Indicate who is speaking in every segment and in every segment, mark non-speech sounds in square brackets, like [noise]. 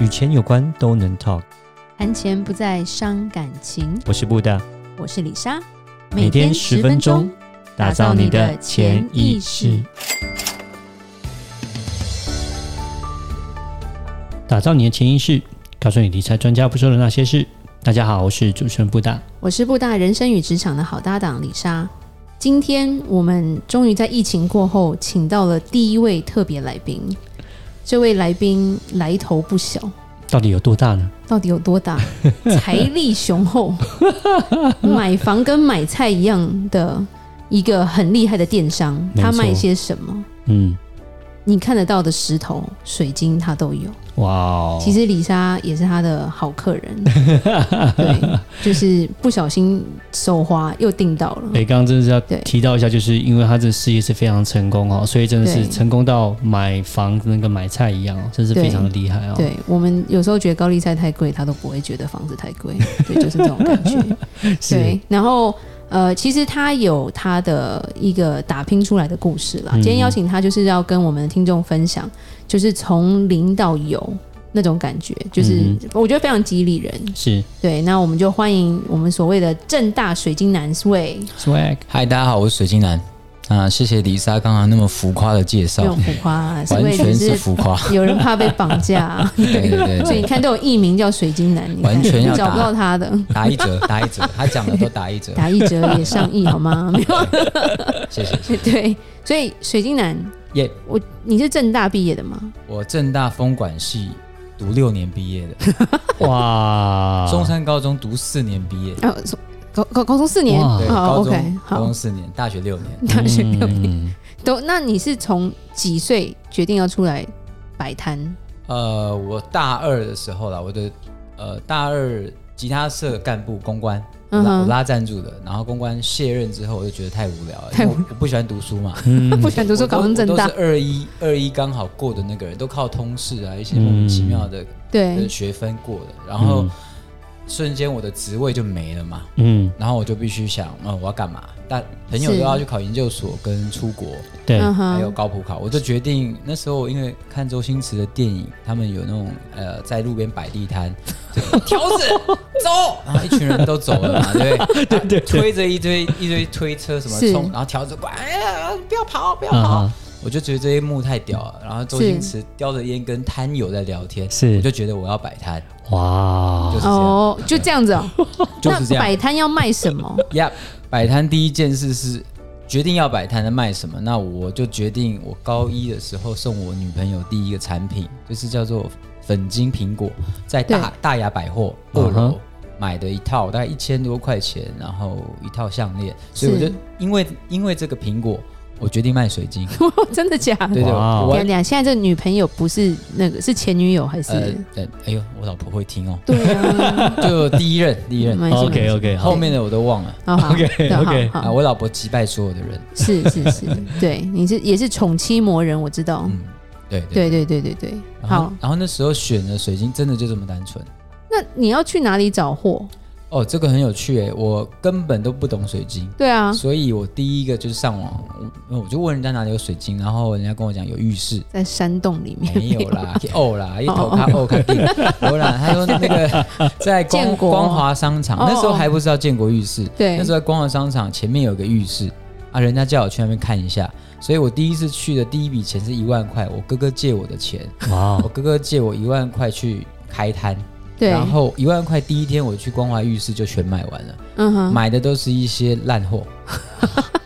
Speaker 1: 与钱有关都能 talk。
Speaker 2: 谈钱不再伤感情。
Speaker 1: 我是布大，
Speaker 2: 我是李莎，
Speaker 1: 每天十分钟，打造你的潜意识，打造你的潜意识，告诉你理财专家不说的那些事。大家好，我是主持人布大。
Speaker 2: 我是布大人生与职场的好搭档李莎。今天我们终于在疫情过后，请到了第一位特别来宾。这位来宾来头不小，
Speaker 1: 到底有多大呢？
Speaker 2: 到底有多
Speaker 1: [laughs]
Speaker 2: 大？财力雄厚，买房跟买菜一样的一个很厉害的电商。
Speaker 1: 没
Speaker 2: 他
Speaker 1: 错
Speaker 2: 卖些什么？
Speaker 1: 嗯，
Speaker 2: 你看得到的石头、水晶，他都有。
Speaker 1: 哇哦，
Speaker 2: 其实李莎也是他的好客
Speaker 1: [laughs]
Speaker 2: 人，对，就是不小心手滑又订到了。
Speaker 1: 对，刚刚真的是要
Speaker 2: 对
Speaker 1: 提到一下，就是因为他这事业是非常成功哦，所以真的是
Speaker 2: 对
Speaker 1: 成功到买房那个买菜一样哦，真是非
Speaker 2: 对
Speaker 1: 常的厉害哦。
Speaker 2: 对我们有时候觉得高利贷太贵，他都不会觉得房子太
Speaker 1: [laughs]
Speaker 2: 贵，对，就是这种感觉。
Speaker 1: 是，
Speaker 2: 对，然后呃，其实他有他的一个打拼出来的故事啦。
Speaker 1: 嗯
Speaker 2: 今天邀请他就是要跟我们的听众分享，就是从零到有那种感觉，就是、
Speaker 1: 嗯
Speaker 2: 我觉得非常激励人。
Speaker 1: 是
Speaker 2: 对，那我们就欢迎我们所谓的正大水晶男 Sway。
Speaker 1: swag，
Speaker 3: 嗨，大家好，我是水晶男。啊，谢谢丽莎刚刚那么浮夸的介
Speaker 2: 不
Speaker 3: 绍
Speaker 2: 用，浮夸，啊是
Speaker 3: 完
Speaker 2: 为
Speaker 3: 全
Speaker 2: 只
Speaker 3: 是
Speaker 2: 是
Speaker 3: 浮夸。
Speaker 2: [laughs] 有人怕被绑架，啊
Speaker 3: 对对 [laughs] 对
Speaker 2: 所以
Speaker 3: 对
Speaker 2: 你，看都有艺名叫水晶男，你看
Speaker 3: 完全要打
Speaker 2: 找不到他的。
Speaker 3: 打一折，打一折，他讲的都打一折。
Speaker 2: 打一折也上亿，好吗？没
Speaker 3: 谢谢。
Speaker 2: 有 [laughs] 对，所以水晶男，
Speaker 3: 耶、
Speaker 2: 我你是正大毕业的吗？
Speaker 3: 我正大风管系读六年毕业的，
Speaker 2: [laughs]
Speaker 1: 哇，
Speaker 3: 中山高中读四年毕业，
Speaker 2: 啊，从高高高中四年，
Speaker 1: 哇
Speaker 3: 对，
Speaker 2: 哦好
Speaker 3: 高中、
Speaker 2: ，OK，
Speaker 3: 高
Speaker 2: 好
Speaker 3: 中，四年，大学六年。
Speaker 2: 大学六年
Speaker 1: 嗯
Speaker 2: 都，那你是从几岁决定要出来摆摊？
Speaker 3: 呃，我大二的时候啦，我的呃大二吉他社干部公关，我
Speaker 2: 嗯
Speaker 3: 拉
Speaker 2: 哼
Speaker 3: 我拉赞助的，然后公关卸任之后，我就觉得太无聊了，因为我我不喜欢读书嘛。
Speaker 2: [laughs] 不喜欢读书，高中正
Speaker 3: 嗯我都
Speaker 2: 大
Speaker 3: 我，都是二一二一刚好过的那个人，都靠通识啊一些莫名其妙的
Speaker 2: 嗯对嗯
Speaker 3: 的，学分过的，然后瞬间我的职位就没了嘛，
Speaker 1: 嗯，
Speaker 3: 然后我就必须想，嗯，我要干嘛？但朋友都
Speaker 2: 是
Speaker 3: 要去考研究所跟出国，
Speaker 1: 对，
Speaker 2: 嗯
Speaker 3: 还有
Speaker 2: 哼，
Speaker 3: 高普考，我就决定那时候因为看周星驰的电影，他们有那种呃在路边摆地摊，
Speaker 2: [laughs]
Speaker 3: 就条子走，然后一群人都走了嘛，对不
Speaker 2: [laughs]
Speaker 3: 对？对对推着一堆一堆推车什么
Speaker 2: 是嗯
Speaker 3: 冲，然后条子过来，哎呀，不要跑，不要
Speaker 1: 啊
Speaker 3: 跑。
Speaker 1: 哈，
Speaker 3: 我就觉得这一幕太屌了。然后周星驰叼着烟跟摊友在聊天，
Speaker 1: 是
Speaker 3: 我就觉得我要摆摊，
Speaker 1: 哇
Speaker 3: 就，是这样，
Speaker 2: 哦，就这样子哦。
Speaker 3: 就是这
Speaker 2: 那摆
Speaker 3: 样。
Speaker 2: 摊要卖什么？ [laughs]
Speaker 3: 呀，摆摊第一件事是决定要摆摊的卖什么。那我就决定，我高一的时候送我女朋友第一个产品，就是叫做粉晶苹果，在大大雅百货
Speaker 1: 嗯
Speaker 3: 二
Speaker 1: 哼
Speaker 3: 楼。买的一套大概一千多块钱，然后一套项链，所以我
Speaker 2: 是
Speaker 3: 就因为因为这个苹果，我决定卖水晶。
Speaker 2: 真的假的？
Speaker 3: 对对，
Speaker 1: 哇哦
Speaker 2: 等
Speaker 3: 我
Speaker 2: 一下等一下，现在这个女朋友不是那个，是前女友还是？
Speaker 3: 呃，对，哎呦，我老婆会听哦。
Speaker 2: 对啊，
Speaker 3: [laughs] 就第一任，第一任，哦
Speaker 2: 没事
Speaker 1: OK，OK，
Speaker 2: 没事哦
Speaker 3: 后面的我都忘了
Speaker 2: 好
Speaker 3: [laughs]
Speaker 2: 好
Speaker 1: OK，
Speaker 2: 对好
Speaker 1: OK
Speaker 3: 啊。
Speaker 2: 好，
Speaker 3: 我老婆击败所有的人，
Speaker 2: 是是
Speaker 3: [laughs]
Speaker 2: 是，对，你是也是宠妻魔人，我知道。
Speaker 3: 嗯，对对。
Speaker 2: 对
Speaker 3: 啊
Speaker 2: 对对对对，
Speaker 3: 然后
Speaker 2: 好，，
Speaker 3: 然后那时候选的水晶真的就这么单纯
Speaker 2: 那你要去哪里找货？
Speaker 3: 哦，这个很有趣诶，我根本都不懂水晶，
Speaker 2: 对啊，
Speaker 3: 所以我第一个就是上网，我我就问人家哪里有水晶，然后人家跟我讲有浴室。
Speaker 2: 在山洞里面 [laughs]
Speaker 3: 没有啦，去哦啦，一头他哦，肯定有啦。他说那个在
Speaker 2: 建
Speaker 3: 光
Speaker 2: 国
Speaker 3: 光华商场，
Speaker 2: 哦
Speaker 3: 那时候还不知道建国浴室，
Speaker 2: 对
Speaker 3: 那时候在光华商场前面有个浴室啊，人家叫我去那边看一下，所以我第一次去的第一笔钱是一万块，我哥哥借我
Speaker 2: [laughs]
Speaker 3: 的钱，哦
Speaker 1: 哇
Speaker 3: 我，哥哥借我一万块去开摊，
Speaker 2: 对，
Speaker 3: 然后一万块第一天我去光华浴室就全买完了，
Speaker 2: 嗯哼，
Speaker 3: 买的都是一些烂
Speaker 2: [laughs]
Speaker 3: 货，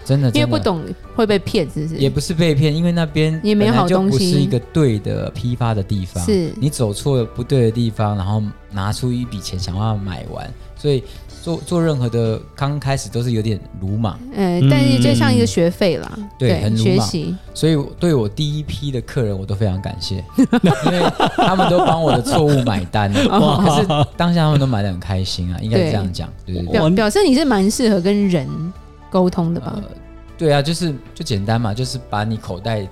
Speaker 3: 真的，
Speaker 2: 因为
Speaker 3: 真的
Speaker 2: 不懂会被骗，是不
Speaker 3: 也
Speaker 2: 是？
Speaker 3: 不是被骗，因为那边
Speaker 2: 也没有好
Speaker 3: 本来就
Speaker 2: 东西
Speaker 3: 不是一个对的批发的地方，
Speaker 2: 是
Speaker 3: 你走错了不对的地方，然后拿出一笔钱想要买完，所以做做任何的刚开始都是有点鲁莽，
Speaker 2: 呃
Speaker 1: 嗯，
Speaker 2: 但是就像一个学费啦，
Speaker 3: 对很鲁
Speaker 2: 学
Speaker 3: 莽
Speaker 2: 习
Speaker 3: 所以我对我第一批的客人我都非常感谢，因为他们都帮我的错误买单了，
Speaker 2: 哇
Speaker 3: 可是当下他们都买的很开心啊，应该
Speaker 2: 对
Speaker 3: 这样讲，对对对。
Speaker 2: 表
Speaker 1: 我
Speaker 2: 表示你是蛮适合跟人沟通的吧
Speaker 3: 呃？，对啊，就是就简单嘛，就是把你口袋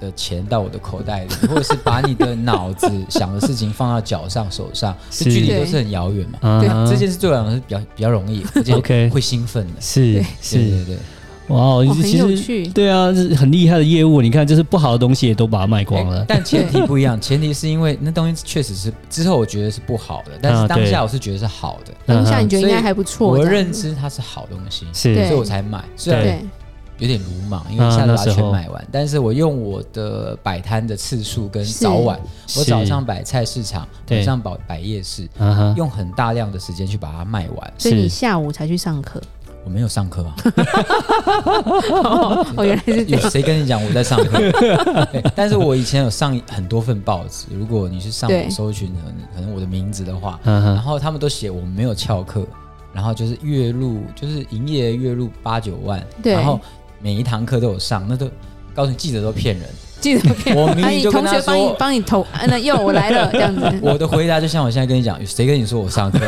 Speaker 3: 的钱到我的口袋里，或者是把你的脑子想的事情放到脚上、手上，
Speaker 1: 是
Speaker 3: 这距离都是很遥远嘛。
Speaker 1: 啊
Speaker 2: 对
Speaker 1: [laughs]
Speaker 3: 这件事对我来讲是比较比较容易，而且
Speaker 1: OK
Speaker 3: 会兴奋的。
Speaker 1: 是 [laughs]
Speaker 3: 对对
Speaker 1: 是
Speaker 3: 对，
Speaker 1: 哇哦，
Speaker 2: 哦很
Speaker 1: 其
Speaker 2: 有
Speaker 1: 实
Speaker 2: 趣。
Speaker 1: 对啊，这是很厉害的业务。你看，就是不好的东西也都把它卖光
Speaker 3: 哎
Speaker 1: 了。
Speaker 3: 但前提不一样，前提是因为那东西确实是之后我觉得是不好的，但
Speaker 1: 啊
Speaker 3: 是当
Speaker 1: 对
Speaker 3: 下我是觉得是好的，
Speaker 2: 当下你觉得应
Speaker 3: 嗯所
Speaker 2: 该
Speaker 3: 以
Speaker 2: 还不错，
Speaker 3: 我的
Speaker 2: 这样
Speaker 3: 认知它是好东西，
Speaker 1: 嗯是
Speaker 3: 所以我才买。虽然
Speaker 2: 对，
Speaker 3: 有点鲁莽，因
Speaker 1: 啊
Speaker 3: 为一下子把它全买完。但是我用我的摆摊的次数跟
Speaker 2: 是
Speaker 3: 早晚，
Speaker 1: 是
Speaker 3: 我早上摆菜市场，
Speaker 1: 对
Speaker 3: 晚上摆摆夜市，
Speaker 1: 啊哈，
Speaker 3: 用很大量的时间去把它卖完。
Speaker 2: 所以
Speaker 1: 是
Speaker 2: 你下午才去上课。
Speaker 3: 我没有上课啊，
Speaker 2: 哦，哦原来是这
Speaker 3: 有
Speaker 2: 样。
Speaker 3: 谁跟你讲我在上课？对但是我以前有上很多份报纸，如果你去上
Speaker 2: 对
Speaker 3: 网搜寻，可能可能我的名字的话，
Speaker 1: 啊
Speaker 3: 然
Speaker 1: 哈，
Speaker 3: 后他们都写我没有翘课，然后就是月入就是营业月入八九万，
Speaker 2: 对
Speaker 3: 然后每一堂课都有上，那都告诉你记者都骗人。
Speaker 2: [laughs] 记得骗
Speaker 3: 我明
Speaker 2: 啊
Speaker 3: 明
Speaker 2: 你
Speaker 3: 就跟
Speaker 2: 同
Speaker 3: 他
Speaker 2: 学帮你
Speaker 3: 说，
Speaker 2: 帮你投，啊那又我来
Speaker 3: [laughs]
Speaker 2: 了这样子。
Speaker 3: 我的回答就像我现在跟你讲，有谁跟你说我上课？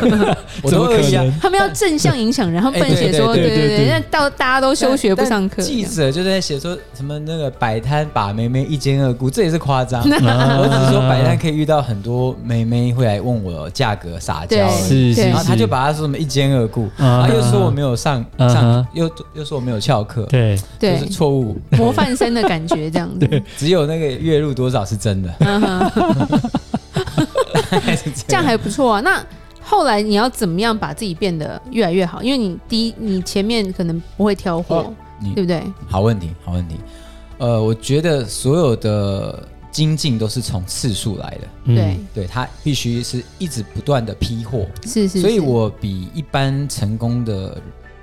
Speaker 3: 我都恶意啊。
Speaker 2: 他们要正向影响人，他们
Speaker 3: 哎
Speaker 2: 不能写说
Speaker 3: 对
Speaker 1: 对对对
Speaker 2: 对
Speaker 1: 对
Speaker 2: 那到大家都休学不上课
Speaker 3: 但，记者就在写说什么那个摆摊把妹妹一兼二顾，这也是
Speaker 2: [laughs]
Speaker 3: 夸张。
Speaker 2: 嗯
Speaker 3: 我只是说摆摊可以遇到很多妹妹会来问我价格撒娇而已，
Speaker 1: 是是
Speaker 2: 对
Speaker 3: 然后他
Speaker 1: 是
Speaker 3: 就把他说什么一兼二顾，
Speaker 2: 嗯
Speaker 1: 啊
Speaker 3: 然后又说我没有上
Speaker 1: 啊
Speaker 3: 上，又又说我没有翘课，
Speaker 1: 对，
Speaker 3: 就
Speaker 2: 对
Speaker 3: 是，错误。
Speaker 2: 模范生的感觉这
Speaker 3: [laughs]
Speaker 2: 样子。
Speaker 3: 只有那个月入多少是
Speaker 2: [laughs]
Speaker 3: 真的，
Speaker 2: 嗯哼
Speaker 3: 大概是
Speaker 2: 这
Speaker 3: 这
Speaker 2: 样
Speaker 3: 样。
Speaker 2: 还不错啊。那后来你要怎么样把自己变得越来越好？因为你第一，你前面可能不会挑货
Speaker 3: 哦，你
Speaker 2: 对不对？
Speaker 3: 好问题，好问题。呃，我觉得所有的精进都是从次数来的，
Speaker 1: 嗯
Speaker 2: 对，，
Speaker 3: 对，它必须是一直不断的批货，
Speaker 2: 是是。
Speaker 3: 所以
Speaker 2: 是
Speaker 3: 我比一般成功的，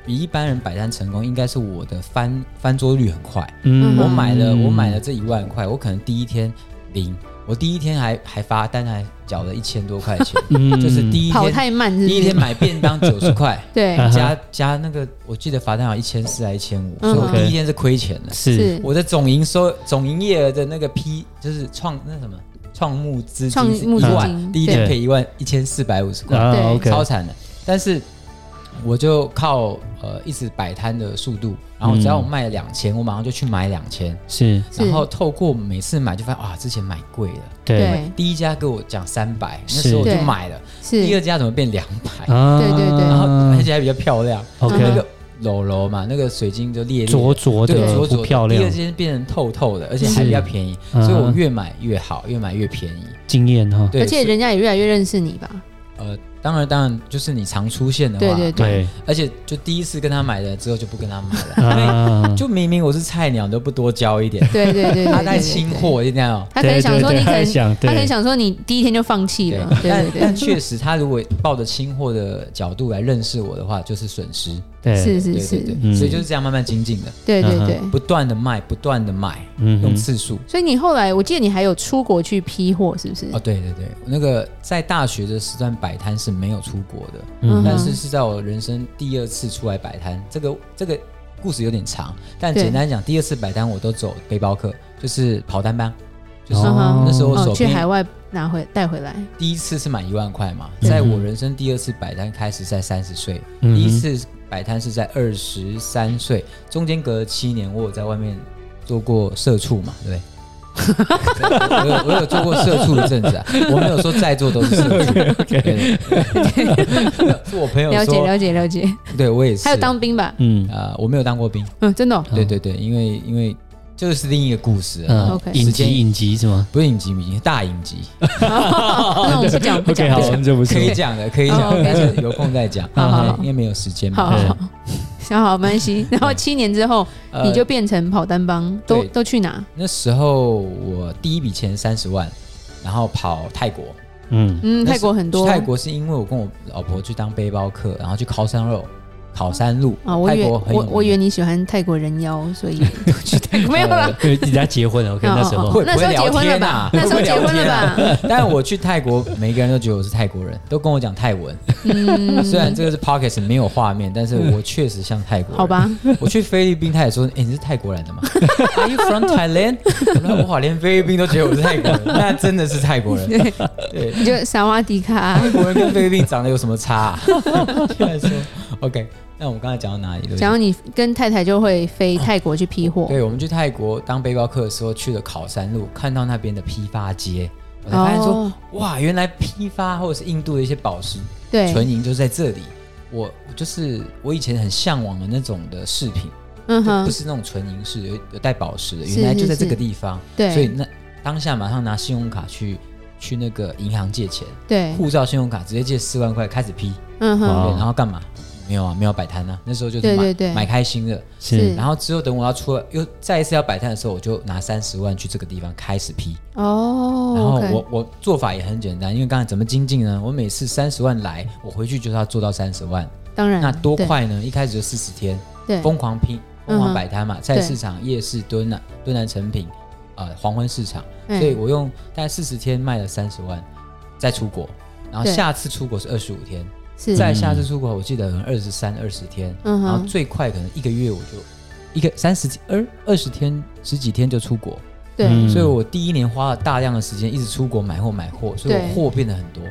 Speaker 3: 比一般人摆摊成功，应该是我的翻翻桌率很快。
Speaker 2: 嗯
Speaker 3: 我买了，我买了这一万块，我可能第一天零，我第一天还还发单，还缴了一千多块
Speaker 2: [laughs]
Speaker 3: 钱，
Speaker 1: 嗯，
Speaker 3: 就是第一
Speaker 2: 跑
Speaker 3: 天
Speaker 2: 太嗯慢是不是，
Speaker 3: 第一天买便当九
Speaker 2: [laughs]
Speaker 3: 十块。
Speaker 2: 对
Speaker 1: 啊
Speaker 3: 加加那个，我记得罚单好像一千四还一千五，所以我
Speaker 2: 嗯
Speaker 3: 第一天是亏钱的。
Speaker 1: 是
Speaker 2: 是
Speaker 3: 我的总营收、总营业额的那个 P 就是创那什么创募资
Speaker 2: 创
Speaker 3: 金是
Speaker 2: 募
Speaker 3: 一
Speaker 2: 资
Speaker 3: 万，
Speaker 2: 金
Speaker 3: 第一天
Speaker 1: 对
Speaker 3: 赔一万一千四百五十块，
Speaker 1: 啊
Speaker 2: 对
Speaker 1: ，OK，
Speaker 3: 超惨的。但是我就靠呃一直摆摊的速度，然后只要我卖了两千，我马上就去买两千，
Speaker 1: 是，
Speaker 2: 是
Speaker 3: 然后透过每次买就发现哇，之前买贵了，
Speaker 1: 对，
Speaker 2: 对
Speaker 3: 第一家给我讲三百，那
Speaker 1: 是
Speaker 3: 时候我就
Speaker 2: 对
Speaker 3: 买了，
Speaker 2: 是
Speaker 3: 第二家怎么变两百？
Speaker 1: 啊
Speaker 2: 对对对
Speaker 3: 然后而且还比较漂亮。
Speaker 2: 嗯
Speaker 3: 那
Speaker 1: ，OK，
Speaker 3: 个柔柔嘛，那个水晶就裂裂
Speaker 1: 嗯灼灼
Speaker 3: 对
Speaker 1: 的
Speaker 3: 灼灼
Speaker 1: 不
Speaker 3: 的
Speaker 1: 漂
Speaker 3: 第二
Speaker 1: 亮，
Speaker 3: 间变成透透的，而且还
Speaker 1: 是
Speaker 3: 比较便宜，
Speaker 1: 嗯
Speaker 3: 所以我越买越好，越买越便宜。
Speaker 1: 惊艳哈，
Speaker 3: 对，
Speaker 2: 而且
Speaker 3: 所以
Speaker 2: 人家也越来越认识你吧？
Speaker 3: 呃，当然当然，就是你常出现的话，
Speaker 2: 对对对
Speaker 1: 对
Speaker 3: 而且就第一次跟他买的，之后就不跟他买了，
Speaker 1: 啊，
Speaker 3: 就明明我是菜鸟，你都不多教
Speaker 2: [laughs]
Speaker 3: 一点，
Speaker 2: 对对对对，
Speaker 3: 他
Speaker 2: 对
Speaker 3: 在清，货一定要。
Speaker 2: 对对对他可能想
Speaker 1: 对
Speaker 2: 说
Speaker 1: 对对
Speaker 2: 你可
Speaker 1: 他在
Speaker 2: 能，
Speaker 1: 想，
Speaker 2: 他可能
Speaker 1: 对
Speaker 2: 想说你第一天就放弃了，对
Speaker 3: 但
Speaker 2: 对对
Speaker 3: 但，确实，他如果抱着清货的角度来认识我的话，就是损失。
Speaker 1: 对
Speaker 2: 是
Speaker 3: 对
Speaker 2: 是是
Speaker 3: 对，对，
Speaker 1: 嗯
Speaker 3: 所以就是这样慢慢精进的，
Speaker 2: 对对对。
Speaker 3: 不断的卖，不断的买，
Speaker 1: 嗯
Speaker 3: 用
Speaker 1: 哼
Speaker 3: 次数。
Speaker 2: 所以你后来，我记得你还有出国去批货，是不是？
Speaker 3: 哦，对对对，那个在大学的时段摆摊是没有出国的，
Speaker 2: 嗯
Speaker 3: 但是是在我人生第二次出来摆摊。这个这个故事有点长，但
Speaker 2: 对
Speaker 3: 简单讲，第二次摆摊我都走背包客，就是跑单班，就是
Speaker 2: 嗯哼
Speaker 3: 那时候我手
Speaker 2: 哦，去
Speaker 3: 边
Speaker 2: 海外拿回带回来，
Speaker 3: 第一次是满一万块嘛，
Speaker 1: 嗯
Speaker 3: 在我人生第二次摆摊开始在三十岁，
Speaker 1: 嗯哼
Speaker 3: 第一次摆摊是在二十三岁，中间隔了七年，我有在外面做过社畜嘛，对不对？我有我有做过社畜一阵子啊，我没有说在座都是社畜，对对对是我朋友
Speaker 2: 了解
Speaker 3: 说，
Speaker 2: 了解了解。
Speaker 3: 对我也是，
Speaker 2: 还有当兵吧？
Speaker 1: 嗯
Speaker 3: 呃，我没有当过兵，
Speaker 2: 嗯，真的
Speaker 3: [laughs]
Speaker 2: 哦、
Speaker 1: 嗯
Speaker 3: 对对对，因为因为这个是另一个故事啊，
Speaker 1: 嗯
Speaker 2: OK，
Speaker 1: 影
Speaker 3: 时间
Speaker 1: 集影集是吗
Speaker 3: 不是影集，影集大影集，
Speaker 2: 那我们不讲不
Speaker 1: ？OK，
Speaker 2: 讲
Speaker 1: 好
Speaker 2: 不，讲。
Speaker 1: 这不是
Speaker 3: 哦可以讲的，可以
Speaker 2: 哦
Speaker 3: 讲，
Speaker 2: ，OK
Speaker 3: 但 [laughs] 是有空再讲，
Speaker 2: [laughs] 好好好
Speaker 3: 因为没有时间
Speaker 2: 好
Speaker 3: 嘛。
Speaker 2: 好好，然后好，没关系。然后七年之后，
Speaker 3: 嗯呃
Speaker 2: 你就变成跑单帮，都
Speaker 3: 对
Speaker 2: 都去哪？
Speaker 3: 那时候我第一笔钱三十万，然后跑泰国。
Speaker 1: 嗯
Speaker 2: 嗯，
Speaker 3: 那
Speaker 2: 泰
Speaker 3: 是
Speaker 2: 国很多，
Speaker 3: 去泰国是因为我跟我老婆去当背包客，然后去考山肉、考山路。
Speaker 2: 啊，我
Speaker 3: 泰
Speaker 2: 以为
Speaker 3: 国很有
Speaker 2: 我
Speaker 3: 名
Speaker 2: 我以为你喜欢泰国人妖，所
Speaker 3: [laughs]
Speaker 2: 以去泰国没有啦。
Speaker 1: 因为人家结婚了，OK，
Speaker 2: 哦
Speaker 1: 那时
Speaker 2: 哦
Speaker 1: 候
Speaker 2: 哦
Speaker 3: 会
Speaker 2: 那时候结婚了吧？
Speaker 3: 不会 [laughs]
Speaker 2: 那时候
Speaker 3: 聊天
Speaker 2: 结
Speaker 3: 啊
Speaker 2: 婚了吧？
Speaker 3: 但我去泰国，每个人都觉得我是泰国人，都跟我讲
Speaker 2: [laughs]
Speaker 3: 泰文。
Speaker 2: 嗯，
Speaker 3: [laughs] 虽然这个是 pockets 没有画面，但是我确实像泰国人。
Speaker 2: 好，吧，
Speaker 3: 我去菲律宾，他也说：“哎、你是泰国人的吗 [laughs] ？”Are you from Thailand？我说哇，连菲律宾都觉得我是泰国人， [laughs] 那真的是泰国人。 [laughs]
Speaker 2: 对，
Speaker 3: 对，
Speaker 2: 你就萨瓦迪卡啊
Speaker 3: 泰，国人跟菲律宾长得有什么差、 [laughs] 啊？居然说 OK。那我们刚才讲到哪里？对不起
Speaker 2: 然后你跟太太就会飞泰国去批货。
Speaker 3: 对，我们去泰国当背包客的时候，去了考山路，看到那边的批发街，我才发现说，
Speaker 2: 哦
Speaker 3: 哇，原来批发或者是印度的一些宝石
Speaker 2: 对
Speaker 3: 纯银就在这里。我就是我以前很向往的那种的饰品，
Speaker 2: 嗯
Speaker 3: 就不
Speaker 2: 哼，
Speaker 3: 是那种纯银饰，有有带宝石的，
Speaker 2: 是
Speaker 3: 原来就是在这
Speaker 2: 是
Speaker 3: 个地方，所以
Speaker 2: 对
Speaker 3: 那当下马上拿信用卡去去那个银行借钱，
Speaker 2: 对，
Speaker 3: 护照、信用卡直接借四万块开始批，
Speaker 2: 嗯
Speaker 1: 哇
Speaker 2: 哼，
Speaker 1: 哦
Speaker 3: 对，然后干嘛？没有啊，没有摆摊啊，那时候就是
Speaker 2: 对
Speaker 3: 买
Speaker 2: 对对
Speaker 3: 买开心的，
Speaker 2: 是
Speaker 3: 然后之后等我要出来又再一次要摆摊的时候，我就拿三十万去这个地方开始批。然
Speaker 2: 哦
Speaker 3: 后
Speaker 2: ，OK，
Speaker 3: 我我做法也很简单，因为刚才怎么精进呢？我每次三十万来，我回去就是要做到三十万，
Speaker 2: 当然
Speaker 3: 那多
Speaker 2: 嗯对
Speaker 3: 快呢？一开始就四十天，
Speaker 2: 对
Speaker 3: 疯狂拼，疯
Speaker 2: 嗯哼
Speaker 3: 狂摆摊嘛，菜
Speaker 2: 对
Speaker 3: 市场、夜市、敦南、敦南成品，呃，黄昏市场，
Speaker 2: 哎
Speaker 3: 所以我用大概四十天卖了三十万，再出国，然后
Speaker 2: 对
Speaker 3: 下次出国是二十五天，
Speaker 2: 是
Speaker 3: 再下次出国我记得可能二十三、二十天，
Speaker 2: 嗯
Speaker 3: 然后
Speaker 2: 哼，
Speaker 3: 最快可能一个月我就一个三十二二十天十几天就出国，
Speaker 2: 对
Speaker 1: 嗯
Speaker 3: 所以我第一年花了大量的时间一直出国买货买货，所以
Speaker 2: 对
Speaker 3: 我货变得很多。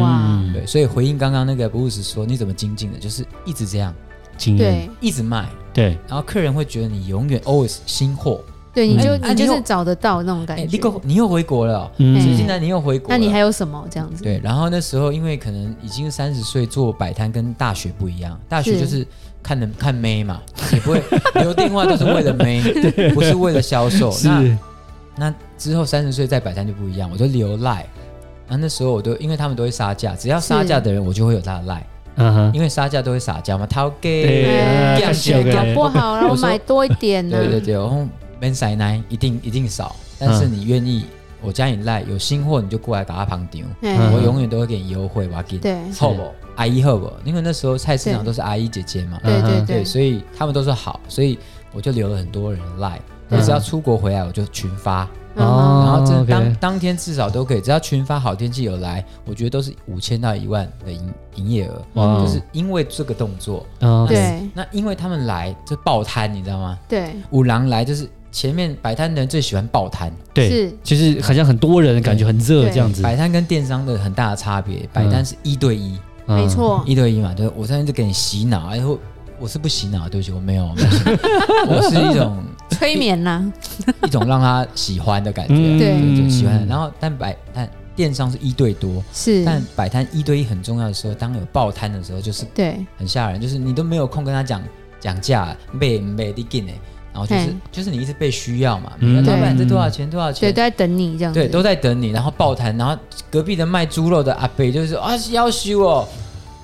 Speaker 2: 哇
Speaker 1: 嗯
Speaker 3: 对，所以回应刚刚那个 Bruce 说你怎么精进的，就是一直这样，
Speaker 1: 经验
Speaker 2: 对
Speaker 3: 一直卖，
Speaker 1: 对
Speaker 3: 然后客人会觉得你永远 always 新货。
Speaker 2: 对，你
Speaker 1: 嗯
Speaker 2: 就
Speaker 1: 哎
Speaker 2: 你就
Speaker 3: 啊你
Speaker 2: 是
Speaker 3: 又
Speaker 2: 找得到那种感
Speaker 3: 哎，
Speaker 2: 觉
Speaker 3: 你。又你又回国了哦，
Speaker 1: 嗯
Speaker 3: 最近呢你又回国了，
Speaker 2: 那你还有什么这样子？
Speaker 3: 对，然后那时候因为可能已经三十岁做摆摊，跟大学不一样，大
Speaker 2: 是
Speaker 3: 学就是看能看妹嘛，也不会 [laughs] 留电话都是为
Speaker 1: [laughs]
Speaker 3: 了妹，不是为了销售。那
Speaker 1: 是
Speaker 3: 那之后三十岁再摆摊就不一样，我就留赖。那那时候我都因为他们都会杀价，只要杀价的人我就会有他的赖，
Speaker 1: 啊哈，
Speaker 3: 因为杀价都会撒娇嘛，他
Speaker 1: 对
Speaker 3: 给，
Speaker 2: 哎
Speaker 1: 啊
Speaker 3: 感觉
Speaker 1: 小个
Speaker 2: 搞
Speaker 1: 人
Speaker 2: 不好然后
Speaker 3: 有时候
Speaker 2: 买多一点呢。
Speaker 3: 对对对，然后哦没塞奶一定一定少，但是
Speaker 1: 嗯
Speaker 3: 你愿意，我加你赖，有新货你就过来搞他旁丢，
Speaker 1: 嗯
Speaker 2: 哎
Speaker 3: 我永远都会给你优惠，我要给你。
Speaker 2: 对
Speaker 3: 后不阿姨后不，因为那时候菜市场都是阿姨姐姐嘛，
Speaker 2: 对
Speaker 1: 嗯
Speaker 2: 对
Speaker 1: 哼
Speaker 2: 对，
Speaker 3: 所以他们都说好，所以我就留了很多人的 line，
Speaker 1: 嗯
Speaker 3: 我只要出国回来我就群发，
Speaker 2: 嗯
Speaker 1: 哦
Speaker 3: 然后这当、
Speaker 1: OK
Speaker 3: 当天至少都可以，只要群发好天气有来，我觉得都是五千到一万的营营业额，
Speaker 1: 哇
Speaker 3: 就是因为这个动作，
Speaker 1: 啊
Speaker 2: 对
Speaker 3: 那因为他们来就爆摊，你知道吗？
Speaker 2: 对
Speaker 3: 五郎来就是前面摆摊的人最喜欢爆摊，
Speaker 1: 对，
Speaker 2: 是
Speaker 1: 就是好像很多人的感觉很热
Speaker 2: 对
Speaker 1: 这样子，
Speaker 3: 摆摊跟电商的很大的差别，摆摊是一对一。
Speaker 1: 嗯
Speaker 2: 没，错，
Speaker 3: 一对一嘛，对，我在那就给你洗脑，哎，我我是不洗脑，对不起，我没有，我没有洗脑
Speaker 2: [laughs]
Speaker 3: 我是一种
Speaker 2: 催眠啦，
Speaker 3: 一种让他喜欢的感觉，
Speaker 1: 嗯
Speaker 2: 对
Speaker 3: 对就喜欢。然
Speaker 1: 后
Speaker 3: 后但摆但电商是一对多，
Speaker 2: 是，
Speaker 3: 但摆摊一对一很重要的时候，当有爆摊的时候，就是
Speaker 2: 对
Speaker 3: 很吓人，就是你都没有空跟他讲讲价，卖不卖你进哎，然后就是
Speaker 2: 嗯
Speaker 3: 就是你一直被需要嘛，
Speaker 1: 嗯
Speaker 3: 嗯、老板
Speaker 1: 对
Speaker 3: 这多少钱多少
Speaker 2: 对，
Speaker 3: 钱
Speaker 2: 都。在等你这样子，
Speaker 3: 对，都在等你，然后爆摊，然后隔壁的卖猪肉的阿伯就是说啊，要修哦，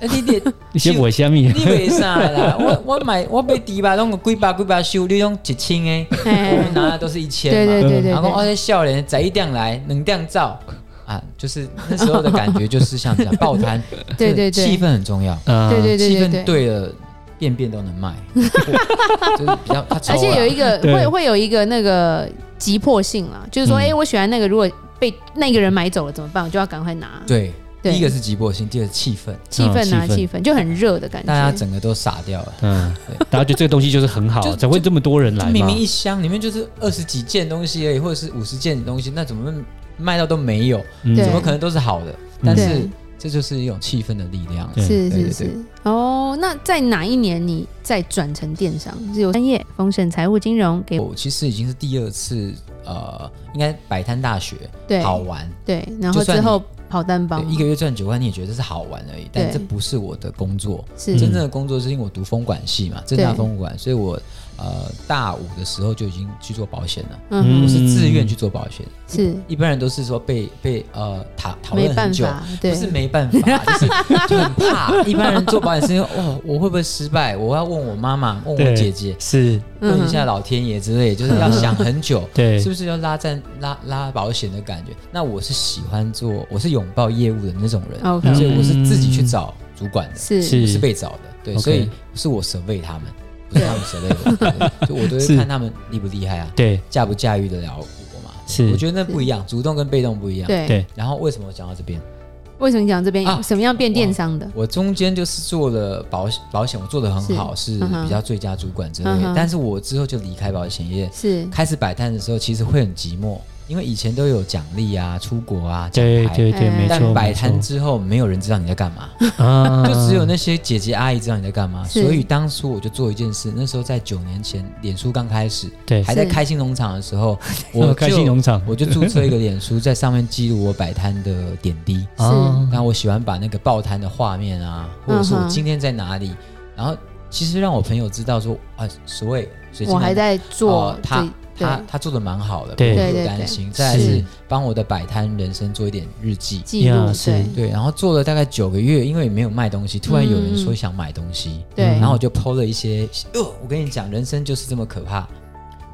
Speaker 3: 哎你得
Speaker 1: 结果下面 [laughs]
Speaker 3: 你为啥
Speaker 2: [laughs]
Speaker 3: 啦？我我买我买猪肉，拢几百几百收，你拢一千诶，我
Speaker 2: 哎
Speaker 3: 们拿的都是一千嘛。
Speaker 2: 对对对对
Speaker 3: 然后哦我
Speaker 2: 对，
Speaker 3: 在笑脸，十一点来，两点照啊，就是那时候的感觉就是像这样爆摊，
Speaker 2: [laughs] 对对对
Speaker 3: 哎就是气氛很重要，
Speaker 1: 啊
Speaker 2: 对对
Speaker 3: 气
Speaker 2: 对
Speaker 3: 氛对了，便便都能
Speaker 2: [laughs]
Speaker 3: 卖，就是比较他抽
Speaker 2: 而且有
Speaker 3: 了。
Speaker 2: 一个
Speaker 1: 对
Speaker 2: 会会有一个那个急迫性啦，就是
Speaker 1: 嗯
Speaker 2: 说，哎，我喜欢那个，如果被那个人买走了怎么办？我就要赶快拿，
Speaker 3: 对，
Speaker 2: 对
Speaker 3: 第一个是急迫性，第二个是气氛，
Speaker 2: 气氛啊，
Speaker 1: 嗯
Speaker 2: 气
Speaker 1: 气
Speaker 2: 氛就很热的感
Speaker 3: 大家
Speaker 2: 觉，
Speaker 3: 整个都傻掉了。
Speaker 1: 嗯
Speaker 3: 对，
Speaker 1: 大家觉得这个东西就是很好，
Speaker 3: 就
Speaker 1: 才会这么多人
Speaker 3: 就
Speaker 1: 来
Speaker 3: 明
Speaker 1: 嘛
Speaker 3: 明。一箱里面就是二十几件东西而已，或者是五十件东西，那怎么卖到都没有？
Speaker 1: 嗯
Speaker 2: 对嗯
Speaker 3: 怎么可能都是好的？但
Speaker 2: 对
Speaker 3: 是这就是一种气氛的力量。
Speaker 1: 对
Speaker 2: 是
Speaker 3: 对对
Speaker 2: 是
Speaker 3: 对
Speaker 2: 是。哦，那在哪一年你再转成电商？是有专业丰盛财务金融给
Speaker 3: 我其实已经是第二次，呃，应该摆摊大学
Speaker 2: 对
Speaker 3: 好玩，
Speaker 2: 对，然后
Speaker 3: 就算
Speaker 2: 之
Speaker 3: 你
Speaker 2: 后跑单帮
Speaker 3: 对，一个月赚九万，你也觉得这是好玩而已，但
Speaker 2: 对嗯
Speaker 3: 这不是我的工作。
Speaker 2: 是
Speaker 3: 真正的工作是因为我读风管系嘛，正大风管，所以我呃大五的时候就已经去做保险了，
Speaker 2: 嗯
Speaker 3: 我
Speaker 1: 嗯
Speaker 3: 是自愿去做保险。
Speaker 2: 是
Speaker 3: 一般人都是说被被呃讨讨
Speaker 2: 没
Speaker 3: 论很
Speaker 2: 办
Speaker 3: 久，
Speaker 2: 法，对
Speaker 3: 不是没
Speaker 2: [laughs]
Speaker 3: 办法，就是就很怕。一般人做保险是因为哦，我会不会失败？我要问我妈妈，问我
Speaker 1: 对
Speaker 3: 姐姐，
Speaker 1: 是，，
Speaker 2: 嗯
Speaker 3: 问一下老天爷之类，就是要想很久
Speaker 1: 对
Speaker 3: 是不是要拉战拉拉保险的感觉？那我是喜欢做，我是拥抱业务的那种人
Speaker 2: OK
Speaker 3: 所以我是自己去找主管的，
Speaker 2: 哦是
Speaker 1: 是
Speaker 3: 不是被找的，对
Speaker 1: OK
Speaker 3: 所以是我 survey 他们，不是他们 survey 我，对就我都
Speaker 1: 是
Speaker 3: 会看他们厉不厉害啊，
Speaker 1: 对，
Speaker 3: 驾不驾驭得了我嘛？
Speaker 1: 是
Speaker 3: 我觉得那不一样，主动跟被动不一样。
Speaker 2: 对
Speaker 1: 对
Speaker 3: 然后为什么我讲到这边？
Speaker 2: 为什么你讲这边
Speaker 3: 啊
Speaker 2: 什么样变电商的？
Speaker 3: 我中间就是做了保险，保险我做的很好，是
Speaker 2: 嗯哼
Speaker 3: 比较最佳主管之类
Speaker 2: 嗯
Speaker 3: 的
Speaker 2: 哼。
Speaker 3: 但是我之后就离开保险业，
Speaker 2: 是
Speaker 3: 开始摆摊的时候，其实会很寂寞，因为以前都有奖励啊、出国啊、奖
Speaker 1: 对
Speaker 3: 牌。
Speaker 1: 对对，
Speaker 2: 哎
Speaker 1: 没
Speaker 3: 但
Speaker 1: 错，
Speaker 3: 摆
Speaker 1: 没
Speaker 3: 摊
Speaker 1: 错
Speaker 3: 之后，没有人知道你在干嘛，
Speaker 1: 啊，
Speaker 3: 就只有那些姐姐阿姨知道你在干嘛。
Speaker 2: 是
Speaker 3: 所以当初我就做一件事，那时候在九年前，脸书刚开始，
Speaker 1: 对 [laughs]
Speaker 3: 还在开心农场的时候，我
Speaker 1: 我
Speaker 3: 就
Speaker 1: 开心农场
Speaker 3: [laughs] 我就注册一个脸书，在上面记录我摆摊的点滴。
Speaker 2: 是
Speaker 1: 啊
Speaker 3: 那我喜欢把那个报摊的画面啊，或者是
Speaker 2: 嗯
Speaker 3: 我
Speaker 2: 哼
Speaker 3: 今天在哪里，然后其实让我朋友知道说啊，所谓水晶
Speaker 2: 我还
Speaker 3: 男
Speaker 2: 在做
Speaker 3: 哦
Speaker 2: 这、
Speaker 3: 他
Speaker 2: 对
Speaker 3: 他他做的蛮好的，
Speaker 1: 对
Speaker 3: 不
Speaker 2: 对对
Speaker 3: 用
Speaker 2: 对
Speaker 3: 担心。再来
Speaker 1: 是
Speaker 3: 是帮我的摆摊人生做一点日记，
Speaker 2: 记录
Speaker 1: Yeah，是
Speaker 3: 对，然后做了大概九个月，因为也没有卖东西，突然有人
Speaker 2: 嗯
Speaker 3: 说
Speaker 2: 嗯
Speaker 3: 想买东西，
Speaker 2: 对
Speaker 1: 嗯
Speaker 3: 然后我就剖了一些，哟，我跟你讲，人生就是这么可怕。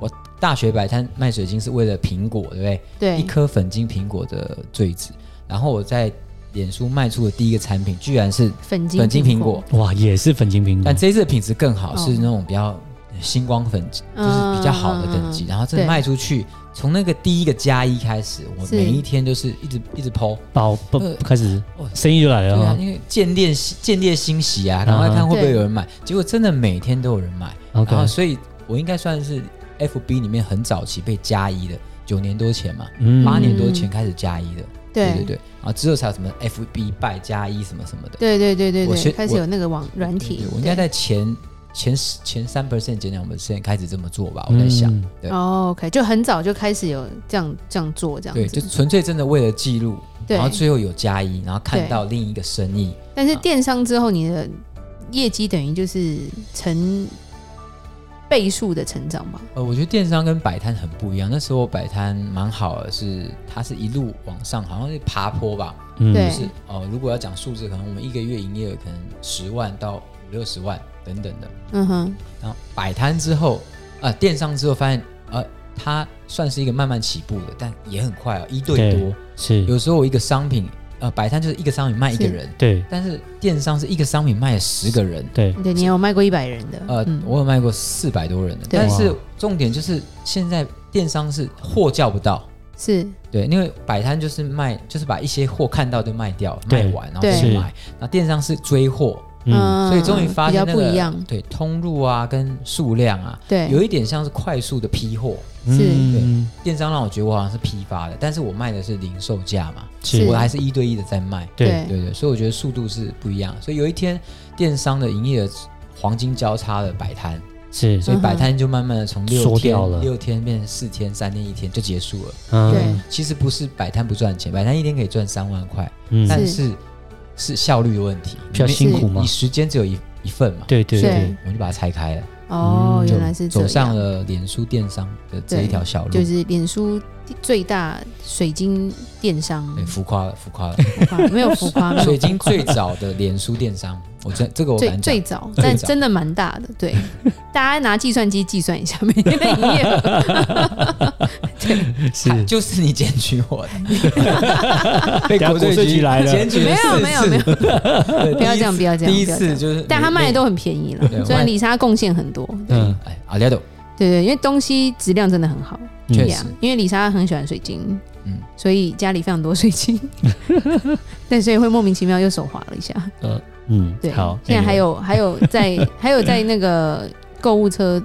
Speaker 3: 我大学摆摊卖水晶是为了苹果，对不对？
Speaker 2: 对
Speaker 3: 一颗粉晶苹果的坠子，然后我在脸书卖出的第一个产品，居然是
Speaker 2: 粉晶
Speaker 3: 粉晶苹果，，
Speaker 1: 哇，也是粉晶苹果
Speaker 3: 但，这一次的品质更好，
Speaker 2: 嗯哦
Speaker 3: 是那种比较星光粉，就是比较好的等级。
Speaker 2: 嗯
Speaker 3: 然后真
Speaker 2: 对
Speaker 3: 的卖出去，从那个第一个加一开始，我
Speaker 2: 是
Speaker 3: 每一天就是一直一直剖，
Speaker 1: 包不
Speaker 3: 呃
Speaker 1: 开始
Speaker 3: 哦
Speaker 1: 生意就来
Speaker 3: 对
Speaker 1: 了
Speaker 3: 啊，
Speaker 1: 哦。
Speaker 3: 因为建立建立欣喜啊，赶快看会不会有人买。结果真的每天都有人买，
Speaker 1: OK，
Speaker 3: 然后所以我应该算是 FB 里面很早期被加一的，九年多前嘛，
Speaker 1: 嗯
Speaker 3: 八年多前开始加一的。
Speaker 2: 对
Speaker 3: 对对，啊，之后才有什么 FB 拜加一什么什么的。
Speaker 2: 对对对对
Speaker 3: 我
Speaker 2: 对，
Speaker 3: 学
Speaker 2: 开始有那个网软体
Speaker 3: 对，我应该
Speaker 2: 对
Speaker 3: 在前前十前三 percent 减两 percent 开始这么做吧，我在想。
Speaker 1: 嗯
Speaker 3: 对
Speaker 2: 哦，OK，就很早就开始有这样这样做这样
Speaker 3: 对，
Speaker 2: 子，
Speaker 3: 就纯粹真的为了记录，
Speaker 2: 对
Speaker 3: 然后啊最后有加一，然后看
Speaker 2: 对
Speaker 3: 到另一个生意，
Speaker 2: 但是电商之后，你的业绩等于就是成倍数的成长吧？
Speaker 3: 呃，我觉得电商跟摆摊很不一样。那时候摆摊蛮好的是，它是一路往上，好像是爬坡吧。
Speaker 1: 嗯
Speaker 2: 对
Speaker 3: 就是哦、如果要讲数字，可能我们一个月营业额可能十万到五六十万等等的。
Speaker 2: 嗯哼，
Speaker 3: 然后摆摊之后，啊、电商之后发现，呃，它算是一个慢慢起步的，但也很快哦，一对多。
Speaker 1: 是，
Speaker 3: 有时候我一个商品，呃，摆摊就是一个商品卖一个
Speaker 2: 是
Speaker 3: 人，
Speaker 1: 对
Speaker 3: 但是电商是一个商品卖了十个人。
Speaker 1: 对，
Speaker 2: 对，你有卖过一百人的，
Speaker 3: 呃，
Speaker 2: 嗯
Speaker 3: 我有卖过四百多人的，
Speaker 2: 对
Speaker 3: 但
Speaker 1: 哇
Speaker 3: 是重点就是现在电商是货叫不到，
Speaker 2: 是
Speaker 3: 对，因为摆摊就是卖，就是把一些货看到就卖掉，
Speaker 1: 对
Speaker 3: 卖完然后
Speaker 2: 对
Speaker 3: 去买，那电商是追货，
Speaker 1: 嗯，
Speaker 2: 嗯
Speaker 3: 所以终于发现
Speaker 2: 比
Speaker 3: 那
Speaker 2: 较不
Speaker 3: 个
Speaker 2: 一样，
Speaker 3: 对通路啊跟数量啊，
Speaker 2: 对，
Speaker 3: 有一点像是快速的批货，
Speaker 2: 是
Speaker 1: 嗯
Speaker 3: 电商让我觉得我好像是批发的，但是我卖的是零售价嘛，
Speaker 1: 是
Speaker 3: 我还是一对一的在卖，
Speaker 1: 对
Speaker 3: 对对，所以我觉得速度是不一样，所以有一天电商的营业额黄金交叉的摆摊。
Speaker 1: 是，
Speaker 2: 嗯
Speaker 3: 所以摆摊就慢慢的从六
Speaker 1: 缩
Speaker 3: 天
Speaker 1: 掉了
Speaker 3: 六天变成四天、三天、一天就结束了。
Speaker 1: 嗯
Speaker 2: 对
Speaker 3: 其实不是摆摊不赚钱，摆摊一天可以赚三万块，
Speaker 1: 嗯，
Speaker 3: 但是是效率的问题，
Speaker 1: 比较
Speaker 3: 你
Speaker 1: 辛
Speaker 2: 是
Speaker 1: 苦嘛
Speaker 3: 你，时间只有一一份嘛，
Speaker 1: 对对
Speaker 2: 是
Speaker 1: 对，
Speaker 3: 我就把它拆开了，
Speaker 2: 哦，
Speaker 1: 嗯
Speaker 2: 原来是这
Speaker 3: 走
Speaker 2: 样，
Speaker 3: 上了脸书电商的这一条小路，
Speaker 2: 就是脸书最大水晶电商，
Speaker 3: 对，浮夸了，
Speaker 2: [laughs]
Speaker 3: 浮夸了，
Speaker 2: 浮夸没有浮夸，没有
Speaker 3: 所以已经最早的脸书电商，我这这个我
Speaker 2: 最
Speaker 3: 敢讲
Speaker 2: 最。早，
Speaker 3: 最
Speaker 2: 但
Speaker 3: 早
Speaker 2: 真的蛮大的。
Speaker 3: [laughs]
Speaker 2: 对，大家拿计算机计算一下每天的营业
Speaker 3: [laughs]
Speaker 2: 额。
Speaker 1: 是
Speaker 3: 啊就是你检举我的， [laughs] 被
Speaker 1: 等下国税局来了
Speaker 3: 检举了
Speaker 2: 没有
Speaker 3: 四
Speaker 2: 没有
Speaker 3: 次
Speaker 2: 没有，
Speaker 3: 对
Speaker 2: 不要这样，不要这样，
Speaker 3: 第一
Speaker 2: 不要这
Speaker 3: 次
Speaker 2: 样。
Speaker 3: 就是，
Speaker 2: 但他卖的都很便宜了
Speaker 3: 对，我
Speaker 2: 虽然
Speaker 3: 卖
Speaker 2: 李莎贡献很多，
Speaker 1: 嗯
Speaker 3: 哎，阿廖豆，
Speaker 2: 对对，因为东西质量真的很好，
Speaker 1: 嗯
Speaker 3: 确
Speaker 2: 对
Speaker 3: 实
Speaker 2: 啊，因为李莎很喜欢水晶，
Speaker 3: 嗯
Speaker 2: 所以家里非常多水晶， [laughs] 对，所以会莫名其妙又手滑了一下。
Speaker 1: 呃嗯
Speaker 2: 对，
Speaker 1: 好，
Speaker 2: 现在还有 [laughs] 还有在还有在那个购物车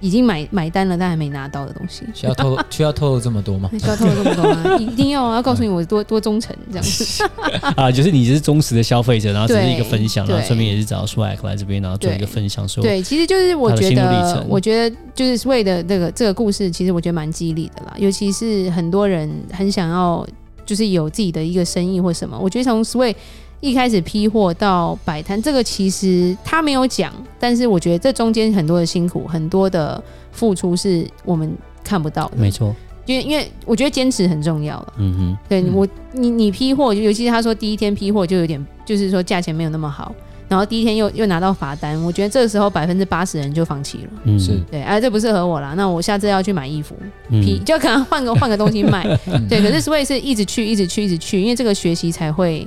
Speaker 2: 已经买买单了，但还没拿到的东西，哎
Speaker 3: 需要透 [laughs] 露需要透露这么多吗？
Speaker 2: 那需要透露这么多吗？一定要啊！要告诉你我多多忠诚这样子。
Speaker 1: [laughs] 啊，就是你是忠实的消费者，然后只是一个分享，
Speaker 2: 对
Speaker 1: 然后顺便也是找出来来这边，然后做一个
Speaker 2: 对
Speaker 1: 分享，说
Speaker 2: 对，其实就是我觉
Speaker 1: 他的心路历
Speaker 2: 得
Speaker 1: 程，
Speaker 2: 我觉得就是为的这个这个故事，其实我觉得蛮激励的啦。尤其是很多人很想要就是有自己的一个生意或什么，我觉得从 Sway 一开始批货到摆摊，这个其实他没有讲，但是我觉得这中间很多的辛苦，很多的付出是我们看不到的。
Speaker 1: 没错，
Speaker 2: 因为因为我觉得坚持很重要了。
Speaker 1: 嗯
Speaker 2: 对、
Speaker 3: 嗯
Speaker 2: 我，你你批货，尤其是他说第一天批货就有点，就是说价钱没有那么好，然后第一天又又拿到罚单，我觉得这个时候百分之八十人就放弃了。
Speaker 1: 哼，嗯
Speaker 3: 是
Speaker 2: 对，哎、这不适合我啦，那我下次要去买衣服，批、
Speaker 1: 嗯
Speaker 2: 就可能换个换个东西卖。
Speaker 3: 嗯
Speaker 2: 对，可是 Sway 是一直去，一直去，一直去，因为这个学习才会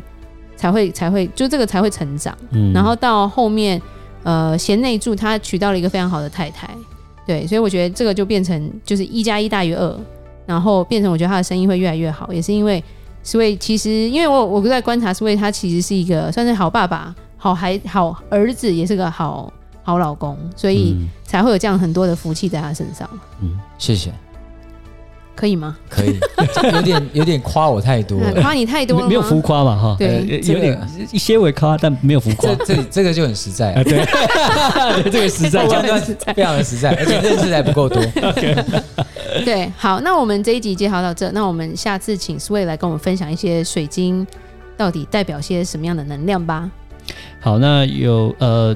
Speaker 2: 才会才会，就这个才会成长。
Speaker 1: 嗯
Speaker 2: 然后到后面，呃，贤内助他娶到了一个非常好的太太，对，所以我觉得这个就变成就是一加一大于二，然后变成我觉得他的生意会越来越好，也是因为所以其实因为我我在观察，所以他其实是一个算是好爸爸、好孩、好儿子，也是个好好老公，所以
Speaker 1: 嗯
Speaker 2: 才会有这样很多的福气在他身上，
Speaker 1: 嗯
Speaker 3: 谢谢，
Speaker 2: 可以吗？
Speaker 3: 可以， [laughs] 这有点有点夸我太多
Speaker 2: 那
Speaker 3: 了。
Speaker 2: 嗯夸你太多了
Speaker 1: 没
Speaker 2: 吗，
Speaker 1: 没有浮夸嘛哈，
Speaker 2: 对
Speaker 1: 呃有
Speaker 3: 这个
Speaker 1: 点一些微夸，但没有浮夸
Speaker 3: 这，这里这个就很实在
Speaker 1: 啊，，对，
Speaker 3: [laughs]
Speaker 1: 这个实在
Speaker 2: 这
Speaker 3: 我
Speaker 2: 就
Speaker 3: 判
Speaker 2: 很
Speaker 3: 断
Speaker 2: 实在
Speaker 3: 非常的实在，而且认识还不够多。
Speaker 2: 对，好，那我们这一集介绍到这，那我们下次请苏卫来跟我们分享一些水晶到底代表些什么样的能量吧。
Speaker 1: 好，那有呃，